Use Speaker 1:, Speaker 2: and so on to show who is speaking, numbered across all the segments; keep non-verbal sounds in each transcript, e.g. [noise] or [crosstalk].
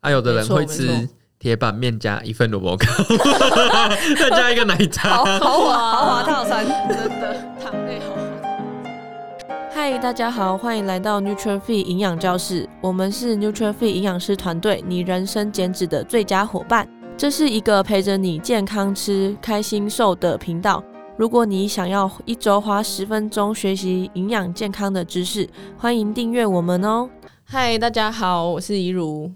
Speaker 1: 啊，有的人会
Speaker 2: 没错没
Speaker 1: 吃铁板面加一份萝卜糕， [laughs] 再加一个奶
Speaker 2: 豪
Speaker 1: 茶。
Speaker 2: 豪华豪华套餐。
Speaker 3: 真的糖类好。
Speaker 2: 嗨，大家好，欢迎来到 Nutrify 营养教室，我们是 Nutrify 营养师团队，你人生减脂的最佳伙伴。这是一个陪着你健康吃、开心瘦的频道。如果你想要一周花十分钟学习营养健康的知识，欢迎订阅我们哦。
Speaker 3: 嗨，大家好，我是怡如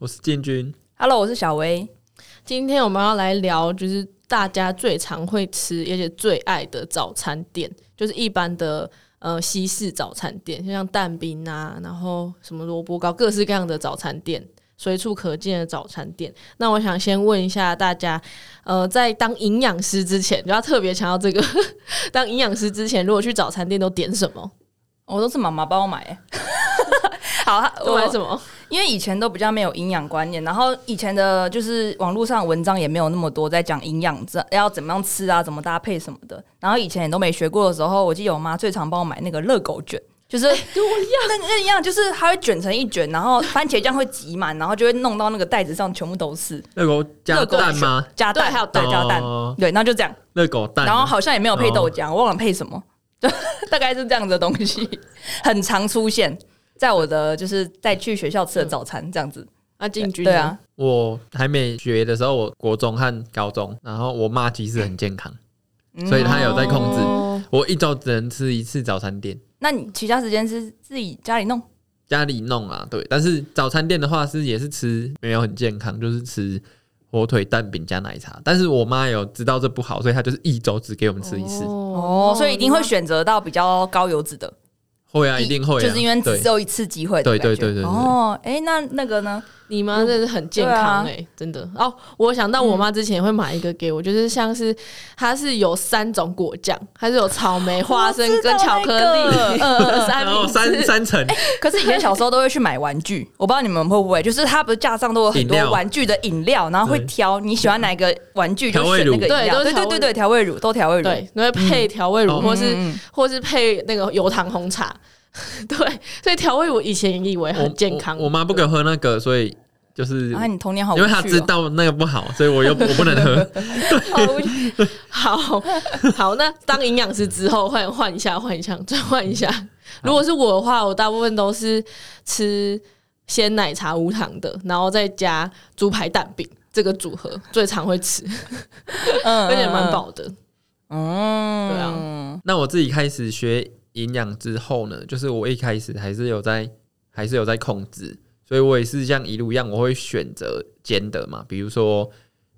Speaker 1: 我是建军，
Speaker 4: Hello，我是小薇。
Speaker 3: 今天我们要来聊，就是大家最常会吃，而且最爱的早餐店，就是一般的呃西式早餐店，就像蛋饼啊，然后什么萝卜糕，各式各样的早餐店，随处可见的早餐店。那我想先问一下大家，呃，在当营养师之前，就要特别强调这个， [laughs] 当营养师之前，如果去早餐店都点什么？
Speaker 4: 我都是妈妈帮我买欸。好，
Speaker 3: [laughs] 都
Speaker 4: 我
Speaker 3: 买什么？
Speaker 4: 因为以前都比较没有营养观念，然后以前的就是网络上文章也没有那么多在讲营养，这要怎么样吃啊，怎么搭配什么的。然后以前也都没学过的时候，我记得我妈最常帮我买那个热狗卷，就是
Speaker 3: 跟我一样。
Speaker 4: 那那一样，就是它会卷成一卷，然后番茄酱会挤满，然后就会弄到那个袋子上全部都是
Speaker 1: 热狗加
Speaker 4: 热狗
Speaker 1: 蛋吗？
Speaker 4: 加蛋，
Speaker 3: 对还有蛋
Speaker 4: 对加蛋，
Speaker 1: 哦
Speaker 4: 对，那就这样。
Speaker 1: 热狗蛋，啊
Speaker 4: 然后好像也没有配豆浆，我忘了配什么， [laughs] 大概是这样的东西， [laughs] 很常出现在我的就是在去学校吃的早餐这样子。
Speaker 3: 啊，进军
Speaker 1: 嗯
Speaker 4: 对啊，，
Speaker 1: 我还没学的时候，我国中和高中，然后我妈其实很健康，
Speaker 4: 嗯
Speaker 1: 所以她有在控制。
Speaker 3: 哦
Speaker 1: 我一周只能吃一次早餐店，
Speaker 4: 那你其他时间是自己家里弄？
Speaker 1: 家里弄啊，对。但是早餐店的话是也是吃没有很健康，就是吃火腿蛋饼加奶茶。但是我妈有知道这不好，所以她就是一周只给我们吃一次。
Speaker 3: 哦
Speaker 4: 哦，所以一定会选择到比较高油脂的，
Speaker 1: 会啊，一定会啊、
Speaker 4: 就是因为
Speaker 1: 对
Speaker 4: 只有一次机会的
Speaker 1: 对
Speaker 4: 感
Speaker 1: 对
Speaker 4: 觉。
Speaker 1: 对对对
Speaker 4: 哦，哎，那那个呢？
Speaker 3: 你妈真的是很健康哎、
Speaker 4: 对啊嗯
Speaker 3: 真的。哦，我想到我妈之前也会买一个给我，就是像是它是有三种果酱，它是有草莓、花生
Speaker 4: 我知
Speaker 3: 跟
Speaker 4: 道
Speaker 3: 巧克力
Speaker 4: 那
Speaker 3: [laughs]
Speaker 4: 个
Speaker 3: 的三
Speaker 1: 然后
Speaker 3: 明
Speaker 1: 哦三
Speaker 3: [laughs] 治。
Speaker 1: 三层，
Speaker 4: 可是以前小时候都会去买玩具， [laughs] 我不知道你们会不会，就是它不是架上都有很多
Speaker 1: 饮料
Speaker 4: 玩具的饮料，然后会
Speaker 1: 对
Speaker 4: 挑你喜欢哪个玩具就
Speaker 1: 调味
Speaker 4: 选
Speaker 1: 乳
Speaker 4: 那个饮料。
Speaker 3: 对都是
Speaker 4: 对对
Speaker 3: 调味
Speaker 4: 对对，调味乳
Speaker 3: 乳
Speaker 4: 都调味乳。
Speaker 3: 对，你会配调味乳，
Speaker 1: 哦
Speaker 3: 或是、
Speaker 4: 嗯嗯嗯
Speaker 3: 或是配那个油糖红茶。 [laughs] 对，所以调味乳以前以为
Speaker 1: 我
Speaker 3: [laughs] 很健康，
Speaker 1: 我我妈不给
Speaker 3: [laughs]
Speaker 1: 我喝那个，所以就是
Speaker 4: 啊，你童年好无
Speaker 1: 因为
Speaker 4: 趣、哦，
Speaker 1: 她知道那个不好，所以我又我不能喝。
Speaker 3: 好无趣哦好好，那当营养师之后换换一下，换一下，再换一下。如果是我的话，我大部分都是吃鲜奶茶无糖的，然后再加猪排蛋饼这个组合最常会吃，
Speaker 4: 嗯，
Speaker 3: 而且蛮
Speaker 4: 嗯。
Speaker 3: 饱的。
Speaker 4: 嗯，
Speaker 3: 对
Speaker 4: 啊，
Speaker 1: 那我自己开始学营养之后呢，就是我一开始还是有在还是有在控制，所以我也是像一路一样，我会选择煎的嘛，比如说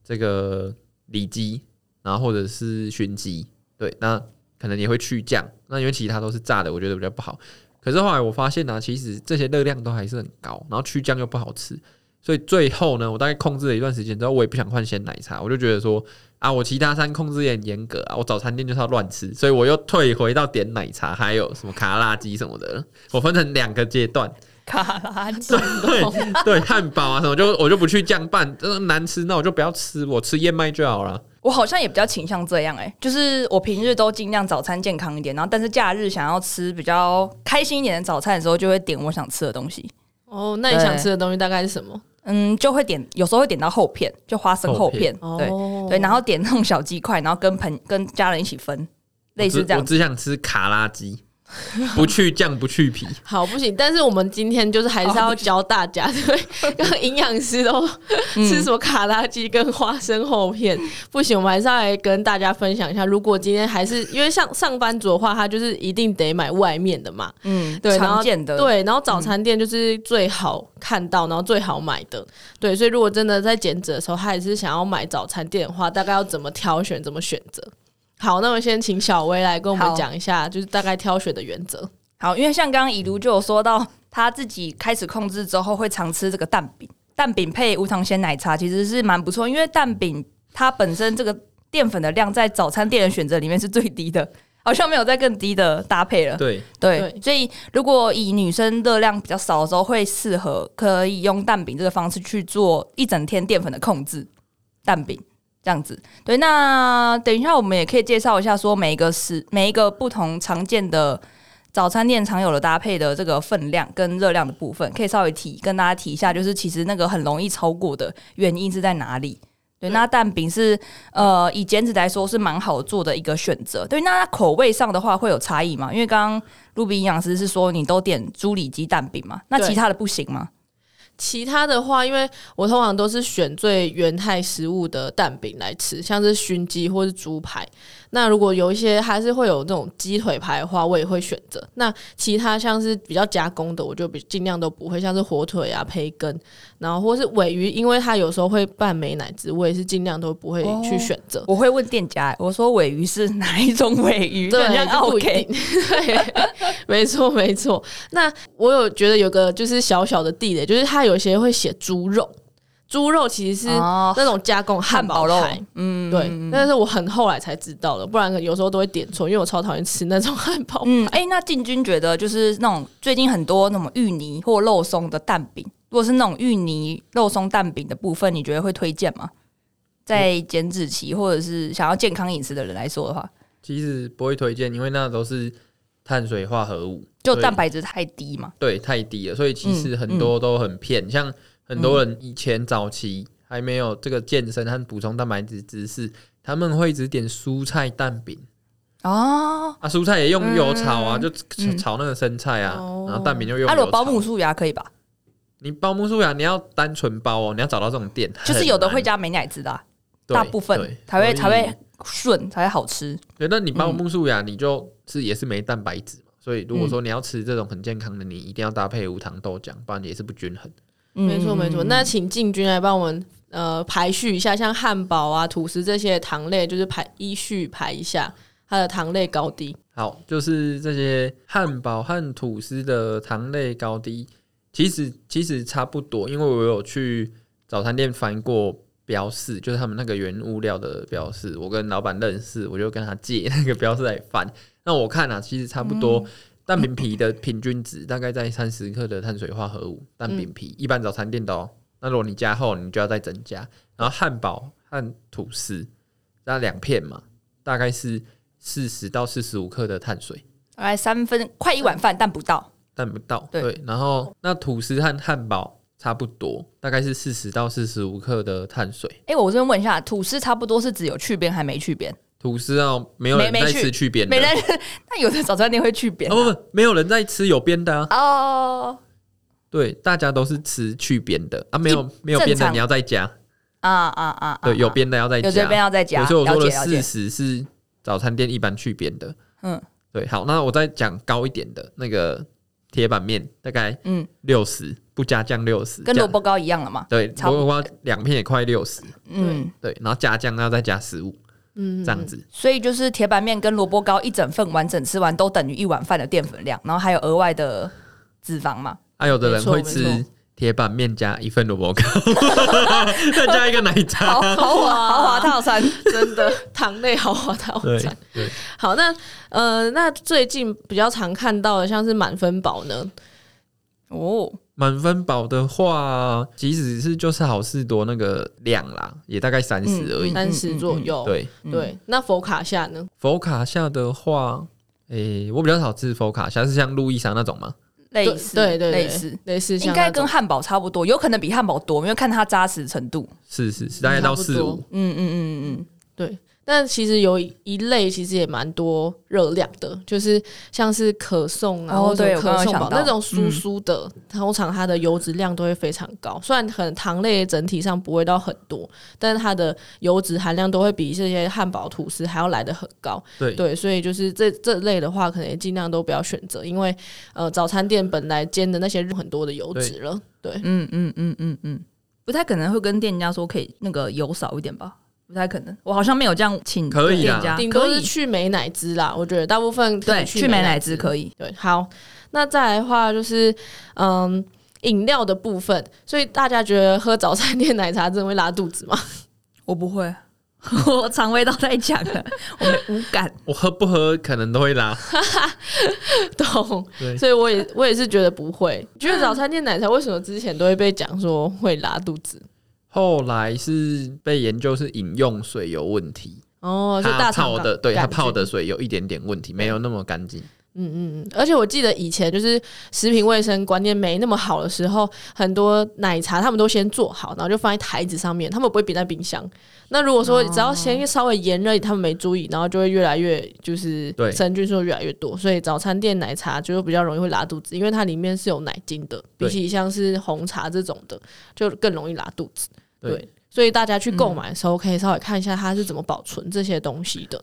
Speaker 1: 这个里脊，然后或者是熏鸡，对，那可能也会去酱，那因为其他都是炸的，我觉得比较不好。可是后来我发现呢、啊，其实这些热量都还是很高，然后去酱又不好吃，所以最后呢，我大概控制了一段时间之后，我也不想换鲜奶茶，我就觉得说啊，我其他餐控制也很严格啊，我早餐店就是要乱吃，所以我又退回到点奶茶，还有什么卡拉鸡什么的，我分成两个阶段，
Speaker 4: 卡拉鸡， [laughs]
Speaker 1: 对对，汉堡啊什么就我就不去酱拌，真的难吃那我就不要吃，我吃燕麦就好了。
Speaker 4: [laughs] 我好像也比较倾向这样哎、就是我平日都尽量早餐健康一点，然后但是假日想要吃比较开心一点的早餐的时候，就会点我想吃的东西。
Speaker 3: 哦，那你
Speaker 4: 对
Speaker 3: 想吃的东西大概是什么？
Speaker 4: 嗯，就会点，有时候会点到厚片，就花生厚片，对、
Speaker 3: 哦
Speaker 4: 对，然后点那种小鸡块，然后跟朋跟家人一起分，类似这
Speaker 1: 我
Speaker 4: 样子。
Speaker 1: 只我只想吃卡拉鸡，不去酱不去皮。
Speaker 3: 好不行，但是我们今天就是还是要教大家，
Speaker 4: [laughs]
Speaker 3: 对，跟营养师都吃什么卡拉鸡跟花生厚片，不行，我们还是要来跟大家分享一下。如果今天还是因为像上班族的话，他就是一定得买外面的嘛，
Speaker 4: 嗯，
Speaker 3: 对，然
Speaker 4: 常
Speaker 3: 后
Speaker 4: 见的，嗯
Speaker 3: 对，然后早餐店就是最好看到，然后最好买的，对，所以如果真的在减脂的时候，他也是想要买早餐店的话，大概要怎么挑选，怎么选择？好，那我先请小薇来跟我们
Speaker 4: 好
Speaker 3: 讲一下，就是大概挑选的原则。
Speaker 4: 好，因为像刚刚以如就有说到，他自己开始控制之后会常吃这个蛋饼，蛋饼配无糖鲜奶茶其实是蛮不错，因为蛋饼它本身这个淀粉的量在早餐店的选择里面是最低的，好像没有再更低的搭配了。
Speaker 1: 对，
Speaker 4: 对，
Speaker 3: 对
Speaker 4: 所以如果以女生热量比较少的时候，会适合可以用蛋饼这个方式去做一整天淀粉的控制，蛋饼这样子。对，那等一下我们也可以介绍一下，说每一个食每一个不同常见的早餐店常有的搭配的这个分量跟热量的部分，可以稍微提跟大家提一下，就是其实那个很容易超过的原因是在哪里？对，那蛋饼是呃以减脂来说是蛮好做的一个选择。对，那它口味上的话会有差异吗？因为刚刚露比营养师是说你都点猪里脊蛋饼嘛，那
Speaker 3: 对
Speaker 4: 其他的不行吗？
Speaker 3: 其他的话，因为我通常都是选最原态食物的蛋饼来吃，像是熏鸡或是猪排。那如果有一些还是会有这种鸡腿排的话，我也会选择。那其他像是比较加工的，我就比尽量都不会，像是火腿啊、培根，然后或是尾鱼，因为它有时候会拌美乃滋，我也是尽量都不会去选择。
Speaker 4: 我会问店家、我说尾鱼是哪一种尾鱼？
Speaker 3: 对
Speaker 4: 就很像
Speaker 3: 这不一
Speaker 4: OK，
Speaker 3: 定 [laughs] 对，没错没错。那我有觉得有个就是小小的地雷，就是它有些会写猪肉，猪肉其实是
Speaker 4: 哦
Speaker 3: 那种加工汉堡
Speaker 4: 肉
Speaker 3: 排，
Speaker 4: 嗯，
Speaker 3: 对，但是我很后来才知道的，不然有时候都会点错，因为我超讨厌吃那种汉堡。
Speaker 4: 嗯，哎、那进军觉得就是那种最近很多那种芋泥或肉松的蛋饼，如果是那种芋泥肉松蛋饼的部分，你觉得会推荐吗？在减脂期或者是想要健康饮食的人来说的话，
Speaker 1: 其实不会推荐，因为那都是碳水化合物，
Speaker 4: 就
Speaker 1: 所以
Speaker 4: 蛋白质太低嘛。
Speaker 1: 对太低了，所以其实
Speaker 4: 嗯
Speaker 1: 很多都很骗。像很多人以前早期还没有这个健身和补充蛋白质知识，他们会只点蔬菜蛋饼
Speaker 4: 哦，
Speaker 1: 啊，蔬菜也用油炒啊，
Speaker 4: 嗯
Speaker 1: 就炒炒那个生菜啊，
Speaker 3: 哦
Speaker 1: 然后蛋饼就用
Speaker 4: 阿
Speaker 1: 油
Speaker 4: 罗
Speaker 1: 炒。
Speaker 4: 包木素牙可以吧？
Speaker 1: 你包木素呀，你要单纯包哦，你要找到这种店，
Speaker 4: 就是有的
Speaker 1: 很难
Speaker 4: 会加美乃滋的啊、
Speaker 1: 对
Speaker 4: 大部分
Speaker 1: 对
Speaker 4: 才会才
Speaker 1: 所以
Speaker 4: 会顺，才会好吃。
Speaker 1: 对，那你包木素呀，你就是也是没蛋白质嘛，所以如
Speaker 4: 嗯
Speaker 1: 果说你要吃这种很健康的，你一定要搭配无糖豆浆，不然也是不均衡。
Speaker 4: 嗯
Speaker 3: 没错没错，那请进军来帮我们呃排序一下，像汉堡啊、吐司这些糖类，就是排依序排一下它的糖类高低。
Speaker 1: 好，就是这些汉堡和吐司的糖类高低，其实其实差不多，因为我有去早餐店翻过标示，就是他们那个原物料的标示。我跟老板认识，我就跟他借那个标示来翻。那我看啊，其实差不多，蛋饼皮的平均值大概在三十克的碳水化合物，蛋饼皮、一般早餐店的哦。那如果你加厚，你就要再增加。然后汉堡和吐司，那两片嘛，大概是四十到四十五克的碳水，
Speaker 4: 大概三分快一碗饭，但不到。
Speaker 1: 但不到。
Speaker 4: 对
Speaker 1: 然后那吐司和汉堡差不多，大概是四十到四十五克的碳水。
Speaker 4: 哎、我这边问一下，吐司差不多是只有去边还没去边？
Speaker 1: 吐司哦，没有人
Speaker 4: 没没
Speaker 1: 在
Speaker 4: 去
Speaker 1: 吃去边的，
Speaker 4: 没人， [laughs] 那有的早餐店会去边啊
Speaker 1: 哦不不，没有人在吃有边的啊。
Speaker 4: 哦
Speaker 1: 对，大家都是吃去边的啊，没有没有
Speaker 4: 正
Speaker 1: 边的
Speaker 4: 常
Speaker 1: 你要再加，
Speaker 4: 啊啊啊！
Speaker 1: 对，
Speaker 4: 啊
Speaker 1: 有
Speaker 4: 啊
Speaker 1: 边的要再
Speaker 4: 有
Speaker 1: 加，
Speaker 4: 这边要再加，
Speaker 1: 对所以我
Speaker 4: 了
Speaker 1: 说
Speaker 4: 解
Speaker 1: 的
Speaker 4: 了
Speaker 1: 四
Speaker 4: 解。
Speaker 1: 十是早餐店一般去边的。
Speaker 4: 嗯，
Speaker 1: 对，好，那我再讲高一点的那个铁板面，大概
Speaker 4: 嗯，
Speaker 1: 六十，不加酱六十，
Speaker 4: 跟
Speaker 1: 加
Speaker 4: 萝卜糕一样了嘛。
Speaker 1: 对，
Speaker 4: 差不
Speaker 1: 萝卜糕两片也快六十，
Speaker 4: 嗯，
Speaker 1: 对，然后加酱要再加十五，
Speaker 3: 嗯，
Speaker 1: 这样子。
Speaker 4: 所以就是铁板面跟萝卜糕一整份完整吃完都等于一碗饭的淀粉量，然后还有额外的脂肪嘛。
Speaker 1: 啊，有的人会
Speaker 3: 没错没
Speaker 1: 吃铁板面加一份萝
Speaker 3: [laughs]
Speaker 1: 卜糕，再加一个奶
Speaker 4: 好
Speaker 1: 茶。
Speaker 4: 豪华
Speaker 3: 哇
Speaker 4: 豪华套餐，
Speaker 3: 真的 [laughs] 糖类豪华套
Speaker 1: 对
Speaker 3: 餐。
Speaker 1: 对，
Speaker 3: 好，那呃，那最近比较常看到的像是满分宝呢，
Speaker 4: 哦，
Speaker 1: 满分宝的话，即使是就是好事多那个量啦，也大概三十而已。
Speaker 4: 嗯
Speaker 3: 三十左右。
Speaker 1: 对，
Speaker 3: 对，那佛卡夏呢？
Speaker 1: 佛卡夏的话，诶、我比较少吃佛卡夏，是像路易莎那种吗？
Speaker 4: 类似
Speaker 3: 对对对
Speaker 4: 类似，
Speaker 3: 类似像
Speaker 4: 应该
Speaker 3: 那种
Speaker 4: 跟汉堡差不多，有可能比汉堡多，因为看它扎实程度。
Speaker 1: 是是是，大概到
Speaker 3: 差不
Speaker 1: 四
Speaker 3: 多
Speaker 1: 五。
Speaker 4: 嗯嗯嗯嗯
Speaker 3: 对。但其实有一类其实也蛮多热量的，就是像是可颂啊，
Speaker 4: 哦
Speaker 3: 或者
Speaker 4: 对
Speaker 3: 可
Speaker 4: 我刚刚
Speaker 3: 颂
Speaker 4: 想
Speaker 3: 堡
Speaker 4: 到
Speaker 3: 那种酥酥的，通常它的油脂量都会非常高。虽然很糖类整体上不会到很多，但是它的油脂含量都会比这些汉堡、吐司还要来得很高。
Speaker 1: 对，
Speaker 3: 对，所以就是这这类的话，可能也尽量都不要选择，因为呃，早餐店本来煎的那些肉很多的油脂了，对，
Speaker 4: 嗯嗯嗯嗯嗯，不太可能会跟店家说可以那个油少一点吧。不太可能，我好像没有这样请
Speaker 1: 可以啦
Speaker 4: 店家，
Speaker 3: 顶多
Speaker 4: 啊可
Speaker 3: 是
Speaker 4: 以
Speaker 3: 去美乃滋啦。我觉得大部分可以
Speaker 4: 对去美乃滋
Speaker 3: 滋
Speaker 4: 可以，
Speaker 3: 对，好，那再来的话就是嗯。饮料的部分，所以大家觉得喝早餐店奶茶真的会拉肚子吗？ [laughs]
Speaker 4: 我不 [laughs] 会，我肠胃道太强了，我没无感。
Speaker 1: 我喝不喝可能都会拉。
Speaker 3: 懂，
Speaker 1: 对
Speaker 3: 所以我也我也是觉得不会。觉得早餐店奶茶为什么之前都会被讲说会拉肚子？
Speaker 1: 后来是被研究是饮用水有问题，
Speaker 3: 哦，就
Speaker 1: 它
Speaker 3: 大肠
Speaker 1: 泡的，对它
Speaker 3: 杆
Speaker 1: 泡
Speaker 3: 菌
Speaker 1: 的水有一点点问题，没有那么干净。
Speaker 3: 嗯嗯嗯，而且我记得以前就是食品卫生观念没那么好的时候，很多奶茶他们都先做好，然后就放在台子上面，他们不会冰在冰箱。那如果说只要先稍微炎热一点，他们没注意，然后就会越来越
Speaker 4: 嗯
Speaker 3: 就是
Speaker 1: 对
Speaker 3: 真菌数越来越多，所以早餐店奶茶就比较容易会拉肚子，因为它里面是有奶精的，比
Speaker 1: 对
Speaker 3: 起像是红茶这种的，就更容易拉肚子。
Speaker 1: 对
Speaker 3: 对，所以大家去购买的时候，可以稍微看一下它是怎么保存这些东西的。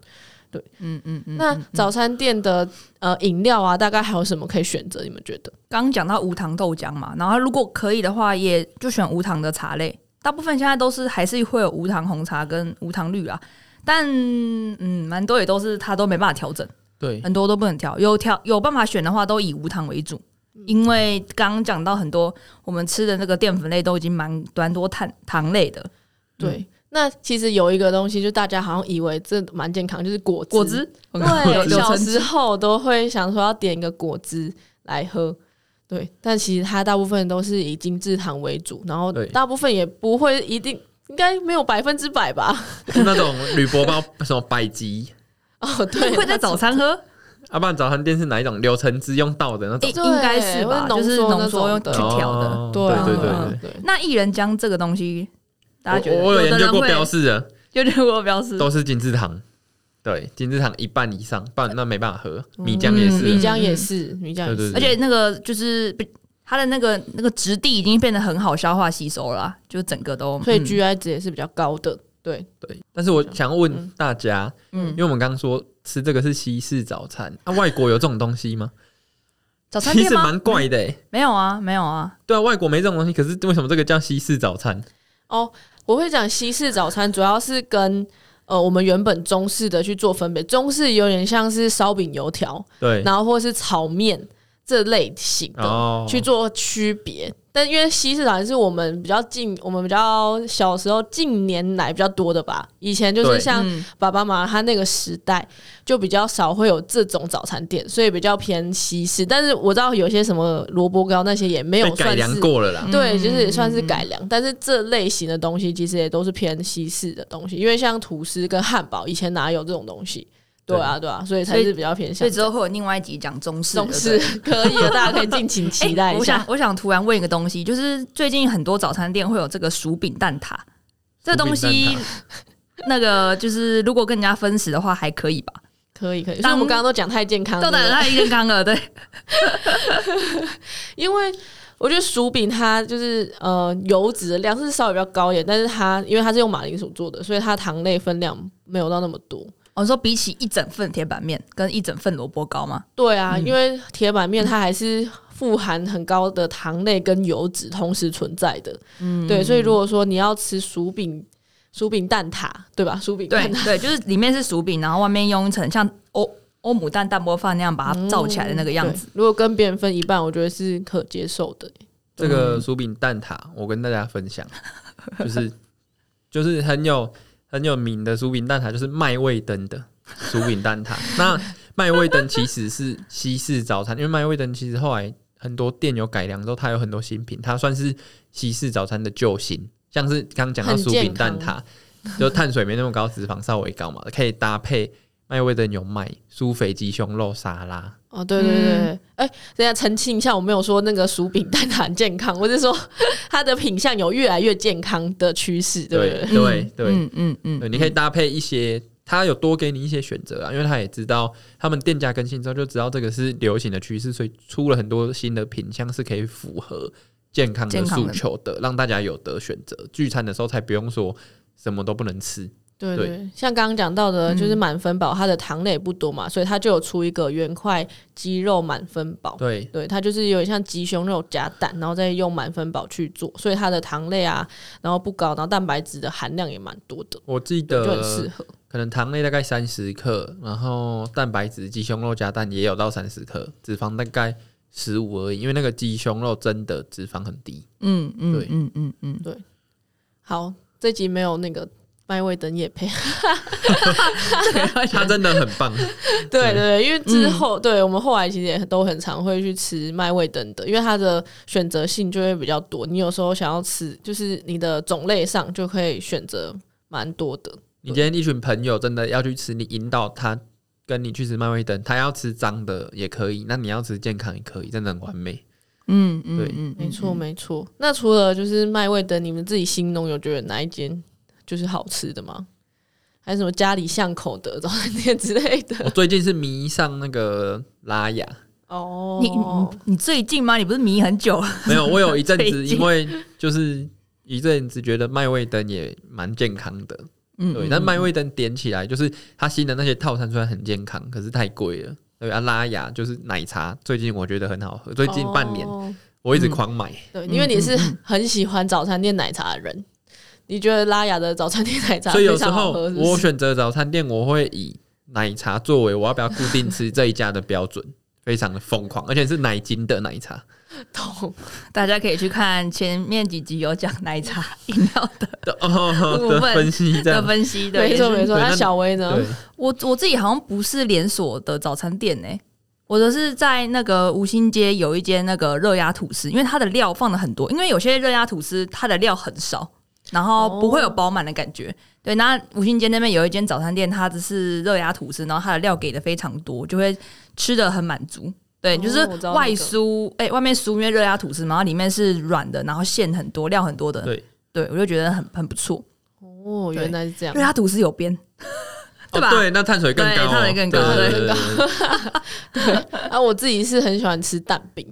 Speaker 4: 嗯嗯嗯。
Speaker 3: 那早餐店的呃饮料啊，大概还有什么可以选择？你们觉得？
Speaker 4: 刚刚讲到无糖豆浆嘛，然后如果可以的话，也就选无糖的茶类。大部分现在都是还是会有无糖红茶跟无糖绿啦，但嗯，蛮多也都是它都没办法调整，
Speaker 1: 对
Speaker 4: 很多都不能调。有调有办法选的话，都以无糖为主，
Speaker 1: 嗯
Speaker 4: 因为刚刚讲到很多我们吃的那个淀粉类都已经蛮蛮多碳糖类的，
Speaker 3: 对，那其实有一个东西，就大家好像以为这蛮健康，就是果
Speaker 4: 果汁。 [laughs]
Speaker 3: 对，
Speaker 4: 柳
Speaker 3: 小
Speaker 4: 橙
Speaker 3: 时
Speaker 4: 汁
Speaker 3: 候都会想说要点一个果汁来喝。对，但其实它大部分都是以精制糖为主，然后
Speaker 1: 对
Speaker 3: 大部分也不会一定，应该没有百分之百吧？
Speaker 1: 就那种铝箔包什么百吉，
Speaker 3: 哦，对，
Speaker 4: 会在早餐喝，
Speaker 1: 啊，不然早餐店是哪一种？柳橙汁用倒的那种
Speaker 4: 应应该是吧，
Speaker 3: 会浓
Speaker 4: 就
Speaker 3: 缩
Speaker 4: 是浓缩
Speaker 3: 那
Speaker 4: 用
Speaker 3: 种
Speaker 4: 去
Speaker 3: 的
Speaker 4: 调的。
Speaker 1: 哦
Speaker 3: 对啊
Speaker 1: 对
Speaker 4: 对
Speaker 1: 对
Speaker 3: 对对，
Speaker 4: 那薏仁浆这个东西，大家觉
Speaker 1: 对，
Speaker 4: 得
Speaker 1: 我我有研
Speaker 4: 的
Speaker 1: 究
Speaker 4: 人
Speaker 1: 过
Speaker 4: 会 [laughs] 嗯
Speaker 1: 标示的，
Speaker 4: 有点过标示，
Speaker 1: 都是金字糖，对，金字糖一半以上，不然那没办法喝。米浆也
Speaker 4: 嗯
Speaker 3: 米
Speaker 1: 是，
Speaker 3: 浆也是，米浆也
Speaker 1: 对对
Speaker 3: 是，
Speaker 1: 对，
Speaker 4: 而且那个就是不它的那个那个质地已经变得很好消化吸收了啊、就整个都
Speaker 3: 所以
Speaker 4: 嗯
Speaker 3: GI 值也是比较高的。对，
Speaker 1: 对，但是我想问大家，
Speaker 4: 嗯
Speaker 1: 因为我们刚刚说吃这个是西式早餐，啊，外国有这种东西吗？
Speaker 4: 早餐
Speaker 1: 其
Speaker 4: 店
Speaker 1: 实
Speaker 4: 吗
Speaker 1: 蛮？怪的、欸，
Speaker 4: 没有啊，没有啊，
Speaker 1: 对啊，外国没这种东西，可是为什么这个叫西式早餐？
Speaker 3: 哦，我会讲西式早餐，主要是跟呃我们原本中式的去做分别。中式有点像是烧饼、油条，
Speaker 1: 对，
Speaker 3: 然后或是炒面这类型的、
Speaker 1: 哦
Speaker 3: 去做区别。但因为西式早餐是我们比较近，我们比较小时候近年来比较多的吧。以前就是
Speaker 1: 对
Speaker 3: 像
Speaker 4: 嗯
Speaker 3: 爸爸妈妈他那个时代，就比较少会有这种早餐店，所以比较偏西式。但是我知道有些什么萝卜糕那些也没
Speaker 1: 被
Speaker 3: 有
Speaker 1: 改
Speaker 3: 算
Speaker 1: 良
Speaker 3: 是嗯
Speaker 1: 过了啦。
Speaker 3: 对，就是也算是
Speaker 4: 嗯
Speaker 3: 改良，但是这类型的东西其实也都是偏西式的东西，因为像吐司跟汉堡以前哪有这种东西？对啊，对啊，所以才
Speaker 4: 所以
Speaker 3: 是比较偏
Speaker 4: 所
Speaker 3: 向
Speaker 4: 以之后会有另外一集讲中式的。
Speaker 3: 中
Speaker 4: 对
Speaker 3: 式
Speaker 4: 不对，
Speaker 3: [laughs] 可以的，大家可以尽情期待
Speaker 4: 哎
Speaker 3: 一
Speaker 4: 我
Speaker 3: 下
Speaker 4: 想，。我想突然问一个东西，就是最近很多早餐店会有这个薯饼蛋挞，这东
Speaker 1: 薯
Speaker 4: 西
Speaker 3: 嗯
Speaker 1: 饼蛋
Speaker 4: 那个就是如果跟人家分食的话还可以吧？
Speaker 3: 可以可以，但
Speaker 4: 当
Speaker 3: 我们刚刚都讲太健康了，
Speaker 4: 豆
Speaker 3: 对不
Speaker 4: 奶
Speaker 3: 对
Speaker 4: 太健康了，对，
Speaker 3: 因为我觉得薯饼它就是呃油脂的量是稍微比较高一点，但是它因为它是用马铃薯做的，所以它糖类分量没有到那么多。
Speaker 4: [laughs] 我说比起一整份铁板面跟一整份萝卜糕吗？
Speaker 3: 对啊，因为铁板面它还是富含很高的糖类跟油脂同时存在的，嗯，对，所以如果说你要吃薯饼、薯饼蛋挞，对吧？薯饼
Speaker 4: 对 [laughs]
Speaker 3: 蛋挞，
Speaker 4: 对，就是里面是薯饼，然后外面用一层像欧欧姆蛋蛋包饭那样把它罩起来的那个样子。
Speaker 3: 对如果跟别人分一半，我觉得是可接受的。
Speaker 1: 这个薯饼蛋挞，我跟大家分
Speaker 3: [laughs]
Speaker 1: 享，就是就是很有很有名的薯饼蛋挞，就是麦味登的薯饼蛋
Speaker 3: [laughs]
Speaker 1: 挞。那麦味登其实是西式早餐，因为麦味登其实后来很多店有改良之后，它有很多新品，它算是西式早餐的救星。像是刚刚讲到
Speaker 3: 很
Speaker 1: 薯
Speaker 3: 健
Speaker 1: 饼蛋挞，就碳水没那么高，脂肪稍微高嘛，可以搭配麦味登有卖酥肥鸡胸肉沙拉。
Speaker 3: 哦，对对对，对哎、等一下澄清一下，我没有说那个薯饼蛋挞很健康，我 [laughs] 是说它的品相有越来越健康的趋势，对不嗯
Speaker 1: 对
Speaker 3: 对？
Speaker 1: 对对，
Speaker 4: 嗯嗯嗯
Speaker 1: 对，你可以搭配一些，他有多给你一些选择啊，因为他也知道他们店家更新之后就知道这个是流行的趋势，所以出了很多新的品相是可以符合健康的
Speaker 4: 健康
Speaker 1: 诉
Speaker 4: 的
Speaker 1: 求的，让大家有得选择。聚餐的时候才不用说什么都不能吃，
Speaker 3: 对
Speaker 1: 对
Speaker 3: 对，像刚刚讲到的，就是满分堡，它的糖类也不多嘛，所以它就有出一个原块鸡肉满分堡。
Speaker 1: 对
Speaker 3: 对，它就是有点像鸡胸肉加蛋，然后再用满分堡去做，所以它的糖类啊，然后不高，然后蛋白质的含量也蛮多的，
Speaker 1: 我记
Speaker 3: 就很适
Speaker 1: 得
Speaker 3: 合。
Speaker 1: 可能糖类大概三十克，然后蛋白质鸡胸肉加蛋也有到三十克，脂肪大概十五而已，因为那个鸡胸肉真的脂肪很低。
Speaker 4: 嗯嗯
Speaker 1: 对
Speaker 4: 嗯嗯嗯，
Speaker 3: 好，这集没有那个麦味登夜配，
Speaker 1: 它真的很棒，
Speaker 3: 对对对，因为之后、对我们后来其实也都很常会去吃麦味登的，因为它的选择性就会比较多，你有时候想要吃，就是你的种类上就可以选择蛮多的。
Speaker 1: 你今天一群朋友真的要去吃，你引导他跟你去吃麦味登，他要吃脏的也可以，那你要吃健康也可以，真的很完美。
Speaker 4: 嗯嗯
Speaker 1: 对
Speaker 4: 嗯，
Speaker 3: 没错，没错。那除了就是麦味登，你们自己心中有觉得哪一间就是好吃的吗？还有什么家里巷口的早餐店之类
Speaker 1: 我
Speaker 4: [laughs]
Speaker 3: 的？
Speaker 1: 最近是迷上那个拉雅，
Speaker 3: 哦，
Speaker 4: 你你你最近吗？你不是迷很久了？
Speaker 1: 没有，我有一阵子
Speaker 4: [laughs] 最近
Speaker 1: 因为就是一阵子觉得麦味登也蛮健康的，
Speaker 4: 嗯
Speaker 1: 对，但麦味登点起来就是它新的那些套餐虽然很健康，可是太贵了。对啊，拉雅就是奶茶，最近我觉得很好喝，最近半年嗯
Speaker 3: 哦
Speaker 1: 我一
Speaker 4: 嗯
Speaker 1: 直狂买。
Speaker 3: 对，因为你是很喜欢早餐店奶茶的人，你觉得拉雅的早餐店奶茶
Speaker 1: 所以有
Speaker 3: 非
Speaker 1: 时
Speaker 3: 常好
Speaker 1: 候
Speaker 3: 喝，是不
Speaker 1: 我
Speaker 3: 是？
Speaker 1: 选择早餐店，我会以奶茶作为我要不要固定吃这一家的标准，非常的疯狂，而且是奶精的奶茶。
Speaker 3: [laughs] 懂，
Speaker 4: 大家可以去看前面几集有讲奶茶 [laughs]
Speaker 3: 啊
Speaker 4: 饮料的
Speaker 1: 的哦的
Speaker 4: 部分
Speaker 1: 分析这
Speaker 4: 的
Speaker 1: 样，
Speaker 4: 分析的，
Speaker 3: 没错
Speaker 4: 也是
Speaker 3: 没错。
Speaker 1: 对
Speaker 3: 那
Speaker 1: 那
Speaker 3: 小薇呢
Speaker 1: 对？，
Speaker 4: 我我自己好像不是连锁的早餐店呢、我的是在那个吴兴街有一间那个热压吐司，因为它的料放的很多，因为有些热压吐司它的料很少，然后不会有饱满的感觉。对，那吴兴街那边有一间早餐店，它只是热压吐司，然后它的料给的非常多，就会吃的很满足。对，
Speaker 3: 哦
Speaker 4: 就是
Speaker 3: 我知道那个
Speaker 4: 外酥，哎、外面酥，因为热压吐司嘛，然后里面是软的，然后馅很多，料很多的。
Speaker 1: 对，
Speaker 4: 对我就觉得很很不错。
Speaker 3: 哦，
Speaker 4: 对
Speaker 3: 原来是这样
Speaker 4: 热。压吐司有边， [laughs] 对吧
Speaker 1: 哦对，那碳水更高
Speaker 4: 对
Speaker 1: 哦，
Speaker 4: 碳水更高
Speaker 1: 对
Speaker 4: 对
Speaker 1: 对对对
Speaker 3: 啊，我自己是很喜欢吃蛋饼，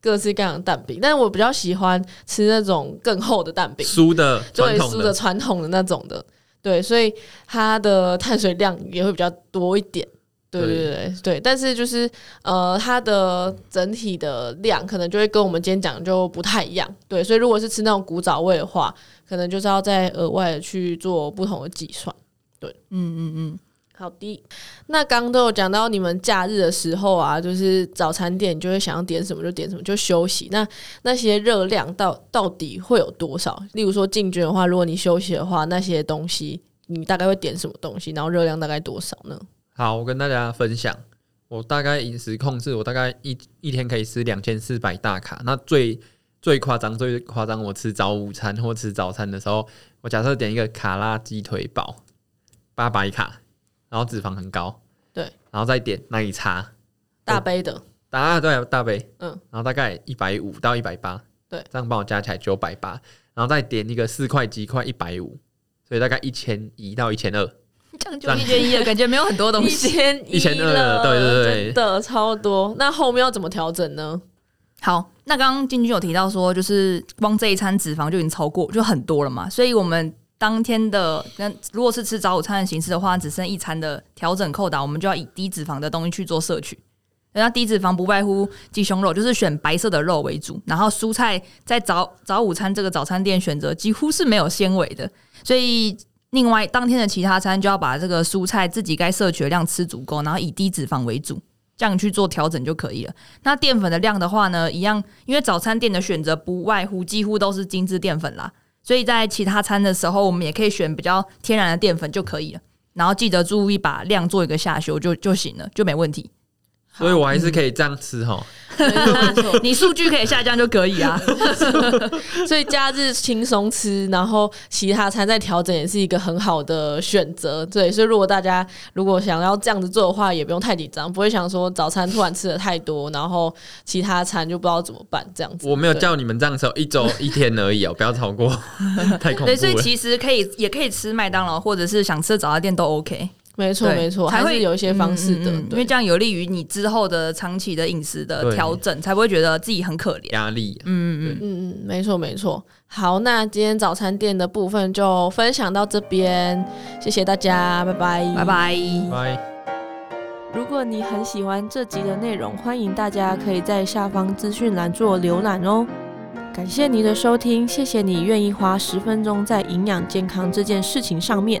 Speaker 3: 各式各样的蛋饼，但是我比较喜欢吃那种更厚的蛋饼
Speaker 1: 对，酥的传
Speaker 3: 对，
Speaker 1: 统
Speaker 3: 酥的
Speaker 1: 的，
Speaker 3: 传统的那种的，对，所以它的碳水量也会比较多一点。对对
Speaker 1: 对
Speaker 3: 对对对，但是就是呃，它的整体的量可能就会跟我们今天讲的就不太一样，对，所以如果是吃那种古早味的话，可能就是要再额外的去做不同的计算。
Speaker 4: 嗯嗯嗯， [laughs]
Speaker 3: 好的，那刚刚都有讲到你们假日的时候啊，就是早餐店你就会想要点什么就点什么，就休息。那那些热量到到底会有多少？例如说进军的话，如果你休息的话，那些东西你大概会点什么东西？然后热量大概多少呢？
Speaker 1: 好，我跟大家分享，我大概饮食控制，我大概一一天可以吃两千四百大卡。那最最夸张、最夸张，我吃早午餐或吃早餐的时候，我假设点一个卡拉鸡腿堡，八百卡，然后脂肪很高，
Speaker 3: 对，
Speaker 1: 然后再点奶茶，
Speaker 3: 大杯的，
Speaker 1: 大啊对大杯，
Speaker 3: 嗯
Speaker 1: 嗯，然后大概一百五到一百八，
Speaker 3: 对，
Speaker 1: 这样帮我加起来九百八，然后再点一个四块鸡块一百五，所以大概一千一到一千二。
Speaker 4: 这样
Speaker 1: 这
Speaker 4: 就
Speaker 1: 样
Speaker 4: 一缺一
Speaker 3: [laughs]
Speaker 4: 了，感觉没有很多东
Speaker 3: 一
Speaker 4: 西。
Speaker 3: 千
Speaker 1: 一千二
Speaker 3: 了，
Speaker 1: 对对对
Speaker 3: 真的超多。那后面要怎么调整呢？
Speaker 4: 好，那刚刚进军有提到说，就是光这一餐脂肪就已经超过，就很多了嘛，所以我们当天的那如果是吃早午餐的形式的话，只剩一餐的调整扣打，我们就要以低脂肪的东西去做摄取。那低脂肪不外乎鸡胸肉，就是选白色的肉为主，然后蔬菜在早早午餐这个早餐店选择几乎是没有纤维的，所以另外当天的其他餐就要把这个蔬菜自己该摄取的量吃足够，然后以低脂肪为主，这样去做调整就可以了。那淀粉的量的话呢，一样，因为早餐店的选择不外乎几乎都是精致淀粉啦，所以在其他餐的时候，我们也可以选比较天然的淀粉就可以了。然后记得注意把量做一个下修就就行了，就没问题。
Speaker 1: 所以我还是可以这样吃哈。
Speaker 3: 没错没错
Speaker 4: 你数据可以下降就可以啊。
Speaker 3: 所以假日轻松吃，然后其他餐再调整也是一个很好的选择。对，所以如果大家如果想要这样子做的话，也不用太紧张，不会想说早餐突然吃的太多，然后其他餐就不知道怎么办这样子。
Speaker 1: 我没有
Speaker 3: 对
Speaker 1: 叫你们这样吃哦，一周一天而已哦，不要超
Speaker 4: [laughs]
Speaker 1: 过，太恐怖
Speaker 4: 对，所以
Speaker 1: 了。
Speaker 4: 其实可以也可以吃麦当劳，或者是想吃的早餐店都 OK。
Speaker 3: 没错
Speaker 4: 对
Speaker 3: 没错，
Speaker 4: 才
Speaker 3: 还
Speaker 4: 会
Speaker 3: 是有一些方式
Speaker 4: 嗯
Speaker 3: 的，
Speaker 4: 嗯嗯因
Speaker 3: 对
Speaker 4: 为这样有利于你之后的长期的饮食的
Speaker 1: 对
Speaker 4: 调整，才不会觉得自己很可怜。
Speaker 1: 压力
Speaker 4: 嗯嗯嗯，
Speaker 3: 嗯嗯，没错没错。好，那今天早餐店的部分就分享到这边，谢谢大家，拜拜，
Speaker 4: 拜拜。
Speaker 1: 拜。
Speaker 2: 如果你很喜欢这集的内容，欢迎大家可以在下方资讯栏做浏览哦。感谢你的收听，谢谢你愿意花十分钟在营养健康这件事情上面。